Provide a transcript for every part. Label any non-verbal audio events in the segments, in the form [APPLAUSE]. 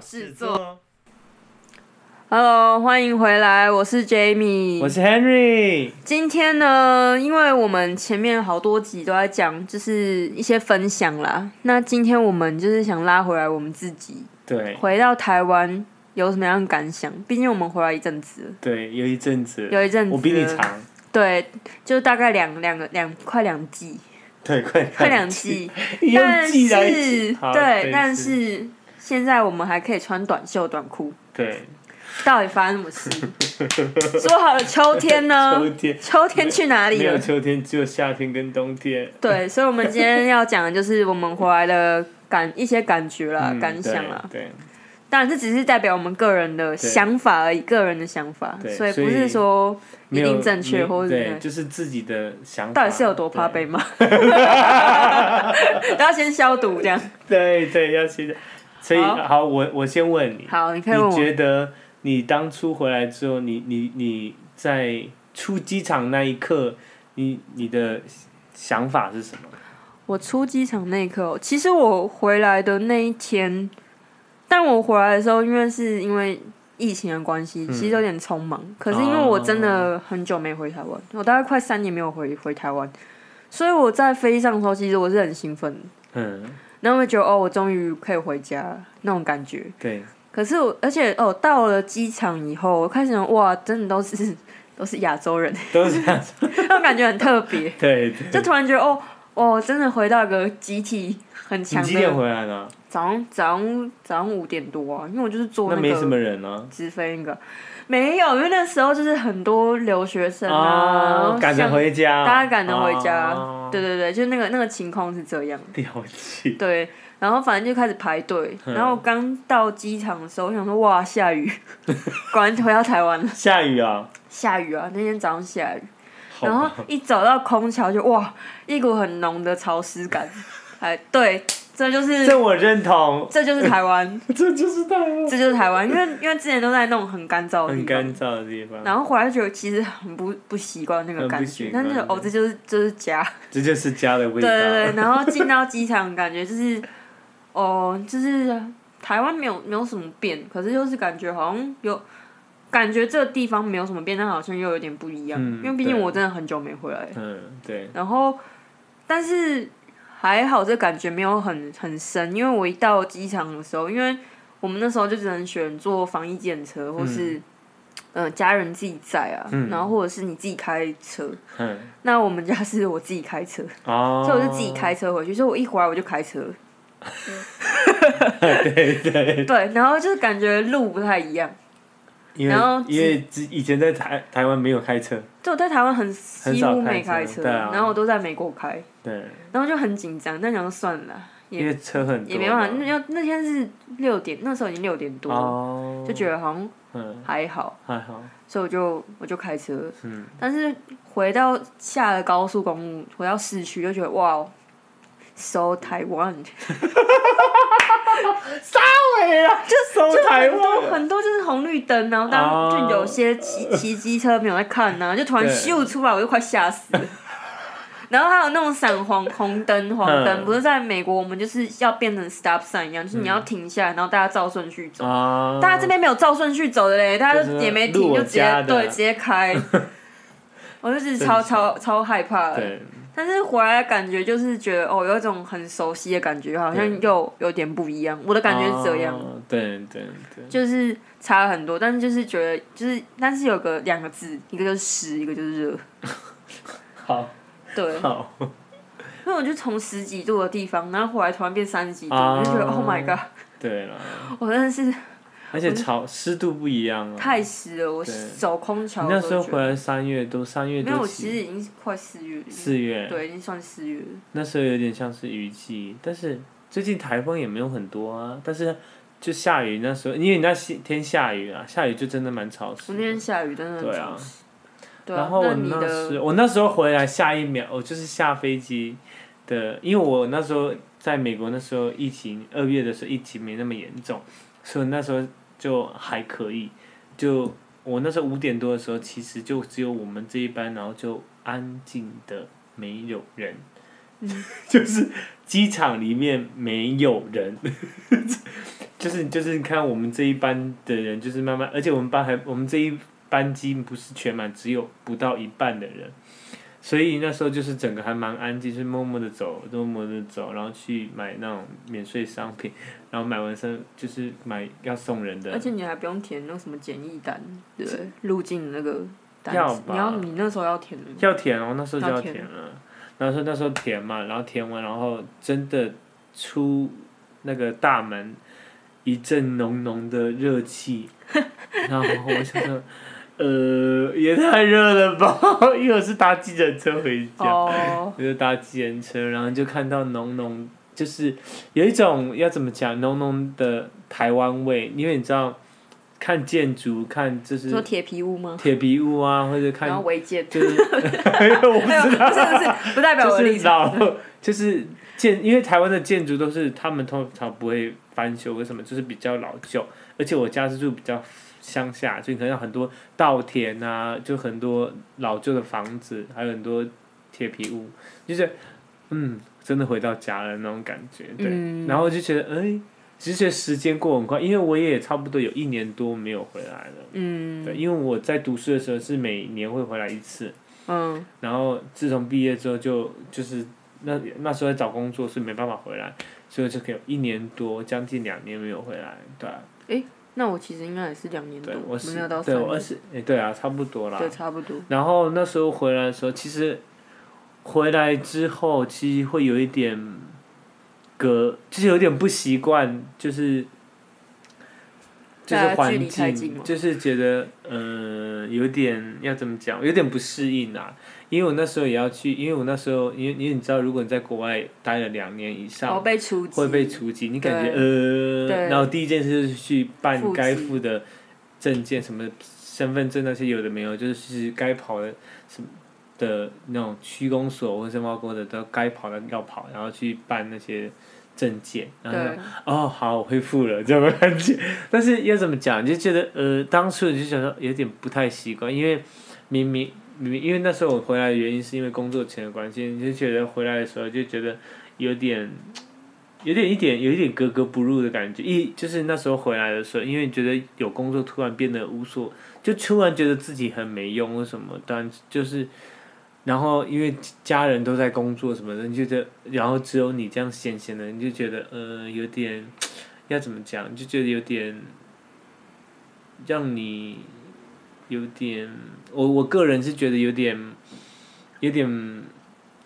制作。 Hello，欢迎回来，我是 Jamie，我是 Henry，今天呢，因为我们前面好多集都在讲，就是一些分享啦。那今天我们就是想拉回来我们自己，对回到台湾有什么样的感想？毕竟我们回来一阵子了，对，有一阵子，有一阵子我比你了长，对，就大概两两个两快两季，对，快快两， [LAUGHS] 季，你但用是季来记好对，真但是现在我们还可以穿短袖短裤，对，到底发生什么事？ [LAUGHS] 说好了 [LAUGHS] 秋天呢？秋天秋天去哪里没有了？秋天，只有夏天跟冬天。对，所以，我们今天要讲的就是我们回来的感一些感觉啦、嗯感想啊啦。对，当然，这只是代表我们个人的想法而已，个人的想法，对所以所不是以说没一有定正确没或者怎么对，样就是自己的想法。到底是有多怕被对？ [LAUGHS] 骂，都要先消毒这样。对对，要记得。所以好好，我我先问你，好，你可以问你我。觉得你当初回来之后，你你你在出机场那一刻，你你的想法是什么？我出机场那一刻哦、其实我回来的那一天，但我回来的时候，因为是因为疫情的关系，其实有点匆忙。可是因为我真的很久没回台湾，我大概快三年没有回回台湾，所以我在飞机上的时候，其实我是很兴奋的，嗯，然后会觉得哦，我终于可以回家了那种感觉。对，可是我，而且哦，到了机场以后，我开始想哇，真的都是 [LAUGHS] 都是亚洲人，都是这样子。 [LAUGHS] 那种感觉很特别，对对。就突然觉得哦，哦，真的回到一个集体很你强几点的。回来呢？早上早上早上五点多啊，因为我就是坐那没什个么人呢。直飞那个，没有，因为那时候就是很多留学生啊，然后哦赶着像回家。大家赶着回家，哦对对对，就那个那个情况是这样。了解。对，然后反正就开始排队。嗯然后我刚到机场的时候，我想说哇，下 [LAUGHS] 雨，果然回到台湾了，下雨啊。下雨啊！那天早上下雨，好然后一走到空桥就哇，一股很浓的潮湿感。哎，对，这就是这我认 [LAUGHS] 同，这就是台湾，这就是台湾这就是台湾，因为因为之前都在那种很干燥的地很方，干燥的地方，然后回来就觉得其实很不不习惯那个很不感习觉，但是惯哦，这就是这是家，这就是家的味对道。对对，然后进到机场，感觉就是，哦，就是台湾没有没有什么变，可是就是感觉好像有，感觉这个地方没有什么变，但好像又有点不一样，嗯因为毕竟对我真的很久没回来，嗯，对，然后，但是还好，这感觉没有很很深，因为我一到机场的时候，因为我们那时候就只能选坐防疫检车，或是嗯、呃家人自己载啊，嗯然后或者是你自己开车。嗯，那我们家是我自己开车，哦，所以我就自己开车回去，所以我一回来我就开车。对对 [LAUGHS] 对，然后就是感觉路不太一样。因为然后因为之以前在台台湾没有开车，就我在台湾很很几少乎开没车开车，对啊然后我都在美国开，对，然后就很紧张，但想说算了，也因为车很多也没办法，嘛那要那天是六点，那时候已经六点多了，哦，就觉得好像嗯还好，还好，所以我就我就开车，嗯但是回到下了高速公路，回到市区就觉得哇哦，so 台湾，收台很多湾，很多就是红绿灯，然后大家哦就有些骑骑机车没有在看啊呐、就突然对秀出来，我就快吓死 [LAUGHS] 了。然后还有那种闪黄红灯、黄灯，嗯不是在美国，我们就是要变成 stop sign 一样，就是你要停下来，然后大家照顺序走。啊，大家这边没有照顺序走的嘞，大家就就是也没停，就路我直接家的啊对直接开。 [LAUGHS] 我就是超超超害怕的，对但是回来的感觉就是觉得哦，有一种很熟悉的感觉，好像又有点不一样。我的感觉是这样，哦对对对，就是差了很多，但是就是觉得就是，但是有个两个字，一个就是湿，一个就是热。好 [LAUGHS] 对，好，因为我就从十几度的地方，然后回来突然变三十几度，啊我就觉得 Oh my god， [LAUGHS] 对了，我真的是而且潮湿度不一样啊，太湿了，我对走空你桥那的时候候觉得。回来三月多，三月没有，多我起其实已经快四月了。四月，对，已经算四月了。那时候有点像是雨季，但是最近台风也没有很多啊，但是就下雨那时候，因为你那天下雨啊，下雨就真的蛮潮我湿那。天下雨，真的很哦对啊潮湿。对啊，然后我那你那的时我那时候回来下一秒，我就是下飞机的，因为我那时候在美国那时候疫情二月的时候疫情没那么严重，所以那时候就还可以，就我那时候五点多的时候，其实就只有我们这一班，然后就安静的没有人， [LAUGHS] 就是机场里面没有人，就是就是你看我们这一班的人，就是慢慢，而且我们班还我们这一班机不是全满，只有不到一半的人，所以那时候就是整个还蛮安静，就是默默的走，默默的走，然后去买那种免税商品，然后买完身就是买要送人的而，且你还不用填那个什么简易单，对不对？入境那个单要子，你吧要你那时候要填的吗要填哦，那时候嗯就要要填填了，然后说那时候填嘛，然后填完，然后真的出那个大门，一阵浓浓的热 [LAUGHS] 气，然后我想说，呃，也太热了吧， [LAUGHS] 因为我是搭计程车回家，哦，我就搭计程车，然后就看到浓浓，就是有一种要怎么讲，浓浓的台湾味，因为你知道，看建筑，看就你说是铁皮屋吗？铁皮屋啊，或者看然后违建， [LAUGHS] 就是我不哎呦不知是道，不是，不代表我的就立是场。老，就是建，因为台湾的建筑都是他们通常不会翻修，为什么？就是比较老旧，而且我家是住比较乡下，所以可能有很多稻田啊，就很多老旧的房子，还有很多铁皮屋，就是嗯，真的回到家了那种感觉，对。嗯然后就觉得，哎、其实觉得时间过很快，因为我也差不多有一年多没有回来了。嗯对，因为我在读书的时候是每年会回来一次，嗯，然后自从毕业之后就就是那那时候在找工作是没办法回来，所以就可以有一年多将近两年没有回来，对啊那我其实应该也是两年多对，我，没有是到对三我二年，十诶对啊差不多啦对，，差不多。然后那时候回来的时候，其实回来之后其实会有一点隔，就是有点不习惯，就是就是大家距离环太近吗境，就是觉得呃有点要怎么讲，有点不适应啊。因为我那时候也要去，因为我那时候因为因为你知道，如果你在国外待了两年以然后上。被除籍，会被除籍，你感觉对对呃，然后第一件事就是去办户籍该付的证件，什么身份证那些有的没有，就是该跑的什么的那种区公所或是猫公的都该跑的要跑，然后去办那些证件，然后就对，哦，好，我恢复了这种感觉。但是要怎么讲，就觉得呃，当初就想说有点不太习惯，因为明明明明，因为那时候我回来的原因是因为工作前的关系，你就觉得回来的时候就觉得有点。有点一点有一点格格不入的感觉，一就是那时候回来的时候，因为觉得有工作突然变得无所，就突然觉得自己很没用或什么，但就是，然后因为家人都在工作什么的，你就觉得，呃然后只有你这样闲闲的，你就觉得呃有点要怎么讲，就觉得有点让你有点，我我个人是觉得有点有点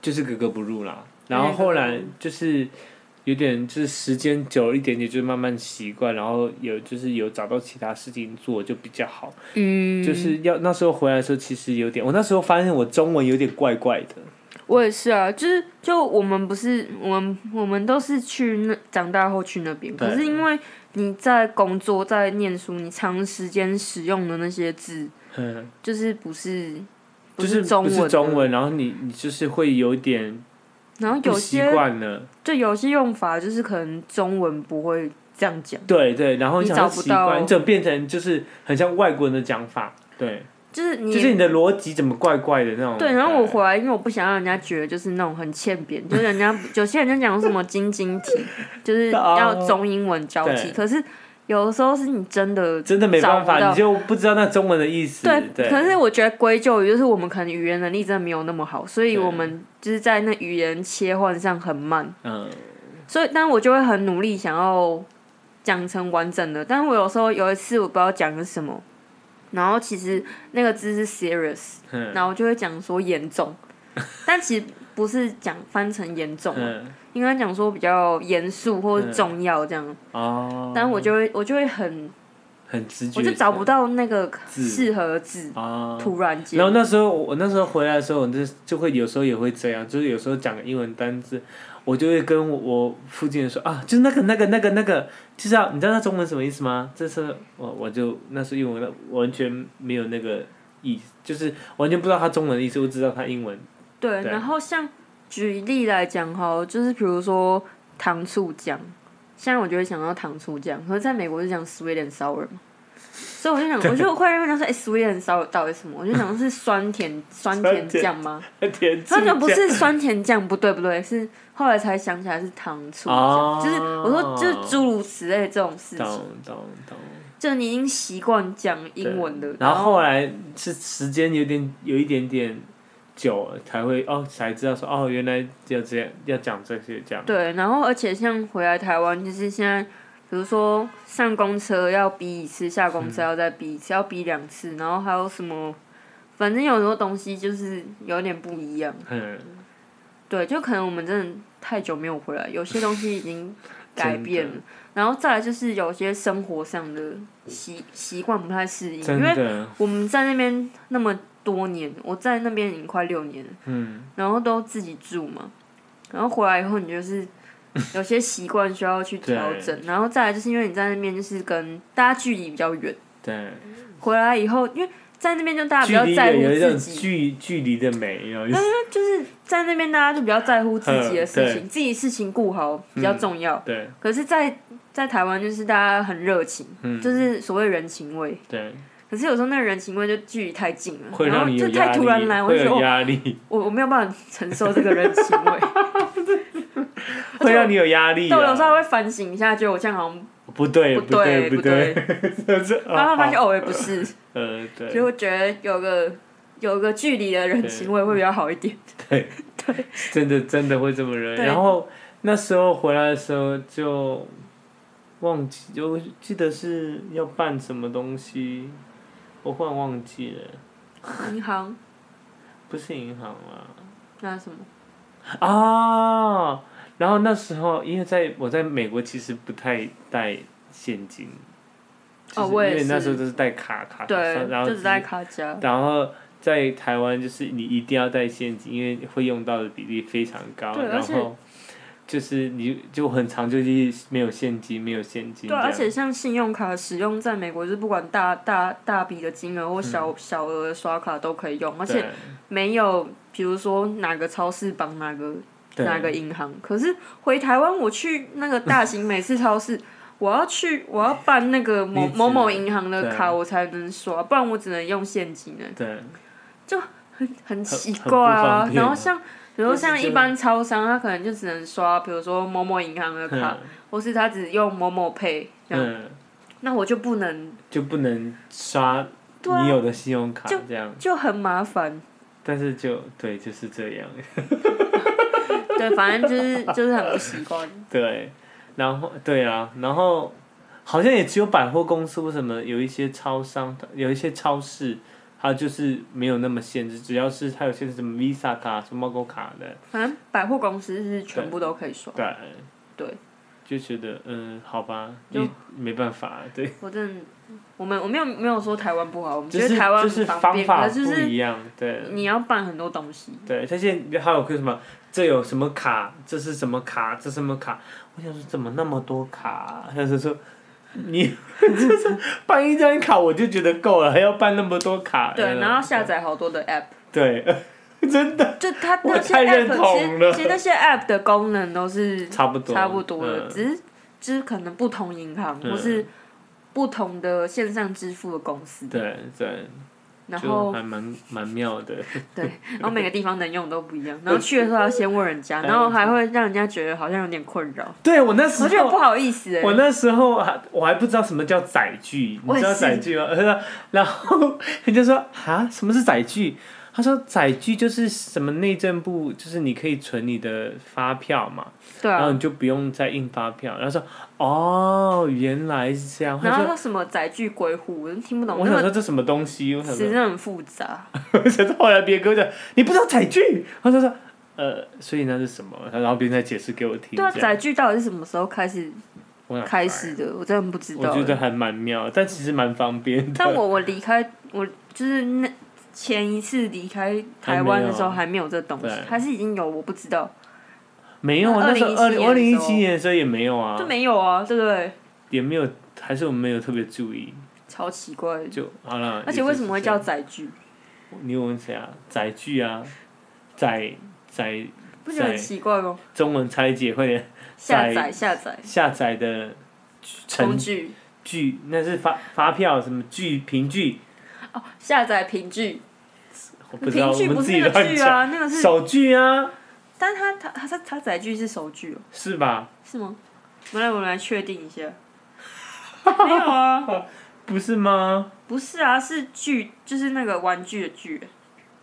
就是格格不入啦。然后后来就是有点就是时间久了一点点，就慢慢习惯，然后有就是有找到其他事情做就比较好。嗯，就是要那时候回来的时候，其实有点，我那时候发现我中文有点怪怪的。我也是啊，就是就我们不是我们我们都是去那长大后去那边，对可是因为你在工作在念书，你长时间使用的那些字，嗯，就是不是不就中不文的是中，文，然后你你就是会有点然后不哦有习些惯了，就有些用法就是可能中文不会这样讲，对对，然后你想找要不习到惯，你怎么变成就是很像外国人的讲法？对，就是你就是你的逻辑怎么怪怪的那种。对，然后我回来，因为我不想让人家觉得就是那种很欠扁，就是人家有些人就讲什么晶晶体， [LAUGHS] 就是哦要中英文交替，对可是有的时候是你真的真的没办找不到法，你就不知道那中文的意思。对对，，可是我觉得归咎于就是我们可能语言能力真的没有那么好，所以对我们就是在那语言切换上很慢，嗯，所以但我就会很努力想要讲成完整的，但是我有时候有一次我不知道讲的什么，然后其实那个字是 serious，嗯然后就会讲说严 [LAUGHS] 重，但其实不是讲翻成严重啊，嗯，应该讲说比较严肃或者重要这样，哦，但我就会我就会很，很直觉，我就找不到那个字适合的字，啊，突然间然。后那时候我我那时候回来的时候，我就就会有时候也会这样，就是有时候讲个英文单字，我就会跟我我附近人说啊，就是那个那个那个那个，就是要你知道那中文什么意思吗？这是我我就那时候因为我完全没有那个意思，就是完全不知道他中文的意思，我只知道他英文。对，对然后像举例来讲哈，就是比如说糖醋酱，现在我就会想到糖醋酱，可是在美国是讲 sweet and sour 嘛，所以我就想，我就忽然问他说：“哎、s w e e t 很烧到底是什么？”我就想是酸 [LAUGHS] 甜酸甜酱吗？甜他醋说酱不是酸甜酱，不对不对，是后来才想起来是糖醋酱，哦就是我说就是诸如此类这种事情，懂懂懂。就你已经习惯讲英文了，然后后后来是时间有点有一点点久了，才会哦才知道说哦原来要这样要讲这些这样。对，然后而且像回来台湾，就是现在，比如说上公车要逼一次，下公嗯车要再逼一次，要逼两次，然后还有什么，反正有很多东西就是有点不一样。嗯，对，就可能我们真的太久没有回来，有些东西已 [LAUGHS] 经改真的变了，然后再来就是有些生活上的习习惯不太适应，真因为的，我们在那边那么多年，我在那边已经快六年了，嗯，然后都自己住嘛，然后回来以后你就是 [LAUGHS] 有些习惯需要去调整，然后再来就是因为你在那边就是跟大家距离比较远，对。回来以后因为在那边就大家比距离较在乎有一种自己，嗯距距离的美，然后就是就是在那边大家就比较在乎自己的事情，自己事情顾好比较重要。对可是在，在台湾就是大家很热情，嗯就是所谓人情味。对，可是有时候那个人情味就距离太近了，会嗯然让后你就有太压突然来，力，我会就觉得有哦压力，我我没有办法承受这个人情味。会让你有压 [LAUGHS] 力啊。但我有时候会反省一下，觉得我这样好像哎不对不对不 [LAUGHS] 对，对，就是然后啊，发现哦也不是，呃 [LAUGHS] 对所以我觉得有个有个距离的人情味会比较好一点。对对，真的真的会这么热。对然后那时候回来的时候就忘记，就记得是要办什么东西，我忽然忘记了，银行不是银行啊。那什么？啊，然后那时候因为在我在美国其实不太带现金，哦就是我也因为那时候是都是带卡卡，对，然后就只在卡家。然后在台湾就是你一定要带现金，因为会用到的比例非常高，对而然且后就是你就很长就是没有现金，没有现金这对，样，而且像信用卡使用在美国，就是不管大大大笔的金额或小小额的刷卡都可以用，而且嗯对没有比如说哪个超市绑哪个对哪个银行。可是回台湾，我去那个大型美式超市，我要去我要办那个某嗯你只能某某银行的对卡，我才能刷，不然我只能用现金哎，对很奇怪很很不啊方。便然后像比如说就像是这一般超商，他可能就只能刷，比如说某某银行的卡，或是他只用某某 Pay 这样，嗯，那我就不能，就不能刷对啊你有的信用卡这样，就很麻烦。但是就对就是这样。对，反正就是就是很不习 [LAUGHS] 惯。对，然后对啊，然后好像也只有百货公司或什么有一些超商，有一些超市，它就是没有那么限制，只要是它有限制什么 Visa 卡、什么 m o 卡的，反正百货公司是全部都可以刷。对对，就觉得嗯，好吧，就你没办法，对， [LAUGHS] 我真的，我们我没有没有说台湾不好，我们就觉是得台湾就是很方便，法可不是就是一样，对。你要办很多东西，对，它现在还有个什么，这有什么卡，这是什么卡，这什么卡？我想说怎么那么多卡、啊他就说，你 [LAUGHS] 就是办一张卡我就觉得够了，还要办那么多卡？对，然后下载载好多的 app，对， [LAUGHS] 真的就它我那些太认 app 其同了实其实那些 app 的功能都是差不多，差不多的，嗯只是只是可能不同银行嗯或是不同的线上支付的公司，对对，然就后还蛮蛮妙的，然后每个地方能用都不一样，然后去的时候要先问人家，对然后还会让人家觉得好像有点困扰。对我那时我觉得候。不好意思哎、我那时候还我还不知道什么叫载具，你我也知道是载具吗？ [LAUGHS] 然后人家说啊，什么是载具？他说载具就是什么内政部，就是你可以存你的发票嘛，对然后啊，你就不用再印发票。然后说哦，原来是这样。然他后说说什么载具归户，我都听不懂，我那么想说这什么东西？我想词说， [LAUGHS] 真的很复杂。我想说后来别人跟我讲，你不知道载具，他就说呃，所以那是什么？然后别人再解释给我听。对啊，这样载具到底是什么时候开始我想哎开始的？我真的不知我道觉欸。得还蛮妙，但其实蛮方便的。但我我离开我就是那前一次离开台湾的时候还没有这东西啊对，还是已经有我不知道，没有，啊，那时候二零二零一2017七年的时候也没有啊就，没有啊，对不对？也没有，还是我们没有特别注意，超奇怪的。就好了。而且为什么会也叫啊就是载具？这样？你有问谁啊？载具啊，载载不觉得很奇怪吗？中文拆解快点下载载下载下载的工程具，据，那是发发票什么据凭据，哦，下载凭据，我不知道凭我据们不自是那己个乱剧讲。啊，那个是，手据啊，但它它它它它载具是手据哦，是吧？是吗？我们来我们来确定一下，没有啊，不是吗？不是啊，是具，就是那个玩具的具。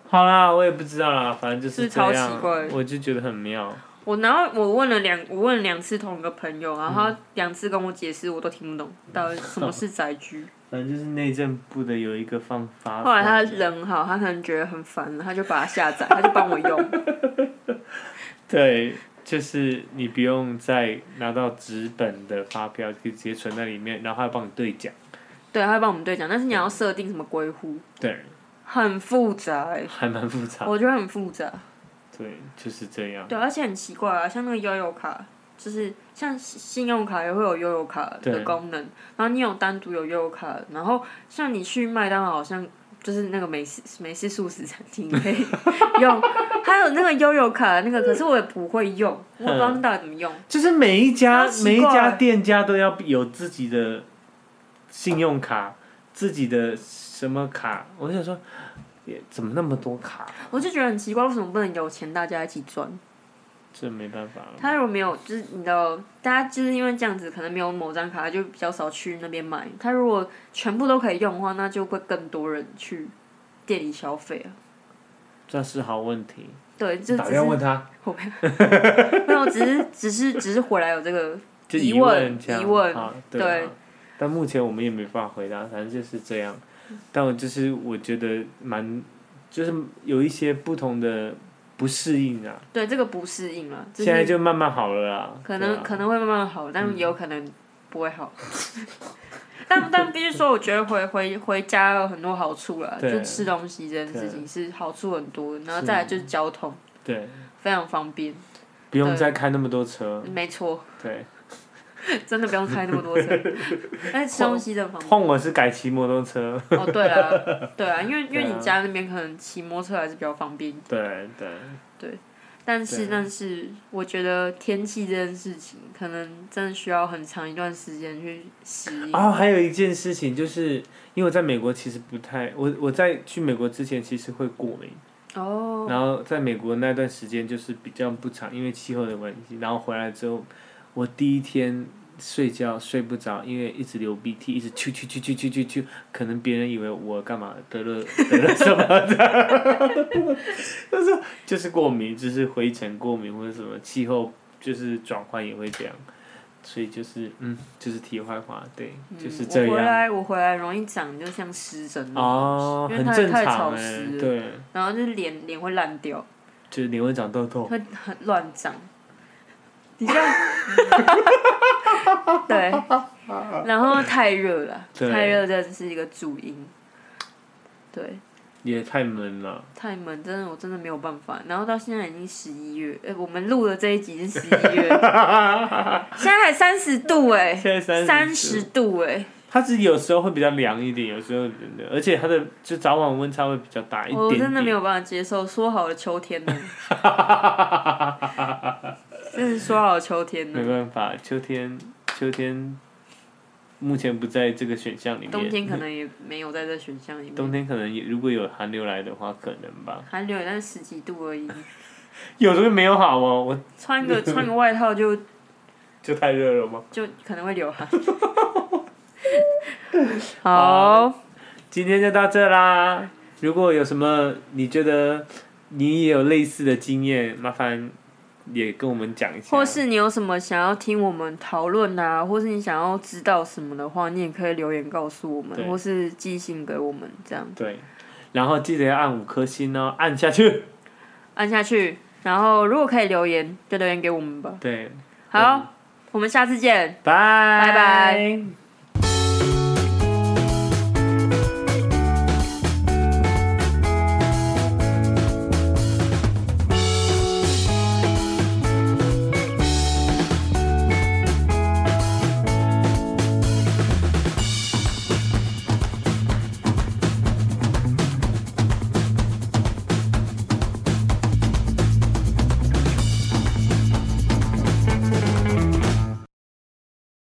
好啦，我也不知道啦，反正就是是这超样奇怪，我就觉得很妙。我然后我问了两，我问了两次同一个朋友，然后他两次跟我解释，我都听不懂到底什么是宅居。 [LAUGHS] 反正就是内政部的有一个放发，后来他人好，他可能觉得很烦了，他就把它下载，他就帮我用。对，就是你不用再拿到纸本的发票，可以直接存在里面，然后他帮你兑奖。对，他会帮我们兑奖，但是你要设定什么归户，对，很复杂欸、还蛮复杂。我觉得很复杂。对，就是这样。对，而且很奇怪啊，像那个悠游卡，就是像信信用卡也会有悠游卡对的功能，然后你有单独有悠游卡，然后像你去麦当劳，好像就是那个美式美式素食餐厅可以用，还有那个悠游卡那个，可是我也不会用，我也不知道到底怎么用。啊就是每一家超奇怪每一家店家都要有自己的信用卡，自己的什么卡。我想说，也怎么那么多卡？我就觉得很奇怪，为什么不能有钱大家一起赚？这没办法了。他如果没有，就是你知道，大家就是因为这样子，可能没有某张卡，他就比较少去那边买。他如果全部都可以用的话，那就会更多人去店里消费啊。这是好问题。对，就打只是电话问他， [LAUGHS] 没有，只是只是只是回来有这个就疑疑问这样疑问啊对对啊。但目前我们也没办法回答，反正就是这样。但我就是我觉得蛮，就是有一些不同的不适应啊。对这个不适应了，就现在是就慢慢好了啦。可对能、啊可能会慢慢好，但也有可能不会好。 [LAUGHS] 但但必须说，我觉得回回回家有很多好处啦，对就吃东西这件事情是好处很多，然后再来就是交通对，非常方便，不用再开那么多车。没错， [LAUGHS] 对，真的不用开那么多 [LAUGHS] 车，但是吃东西真的方便。换我是改骑摩托车。哦，对 [LAUGHS] 啦，对啊，因为因为对啊你家那边可能骑摩托车还是比较方便对对，但是，对但是，我觉得天气这件事情，可能真的需要很长一段时间去适应。然后啊还有一件事情，就是因为我在美国其实不太，我我在去美国之前其实会过敏，哦，然后在美国那段时间就是比较不长，因为气候的关系。然后回来之后，我第一天睡觉睡不着，因为一直流鼻涕，一直啾啾啾啾啾啾啾，可能别人以为我干嘛得了得了什么的，但是就是过敏，就是灰尘过敏或者什么气候就是转换也会这样，所以就是嗯，就是题外话，对，嗯就是这我回样。来，我回来容易长就像湿疹那种哦，因为很太正太常潮哎、湿了对，然后就是脸脸会烂掉，就是你会长痘痘。会很乱长。你这 [LAUGHS] 样，对，然后太热了，对太热真的是一个主因。对，也太闷了，太闷，真的我真的没有办法。然后到现在已经十一月，哎、我们录的这一集是十一 [LAUGHS] 月，现在还三十度哎、现在三三十度哎、它只有时候会比较凉一点，有时候真的，而且它的就早晚温差会比较大一点我点。哦真的没有办法接受。说好了秋天呢，真是说好了秋天 [LAUGHS] 没呢，办法，秋天秋天目前不在这个选项里面。冬天可能也没有在这选项里面。冬天可能也如果有寒流来的话，可能吧。寒流也才十几度而已，有这个没有好哦，我穿 [LAUGHS] 个穿个外套就就太热了吗？就可能会流 [LAUGHS] 汗。好，今天就到这啦。如果有什么你觉得你也有类似的经验，麻烦也跟我们讲一下。或是你有什么想要听我们讨论啊，或是你想要知道什么的话，你也可以留言告诉我对们，或是寄信给我们，这样对，然后记得要按五颗星哦，按下去。按下去。然后如果可以留言，就留言给我们吧。对，好，我们下次见。拜拜拜。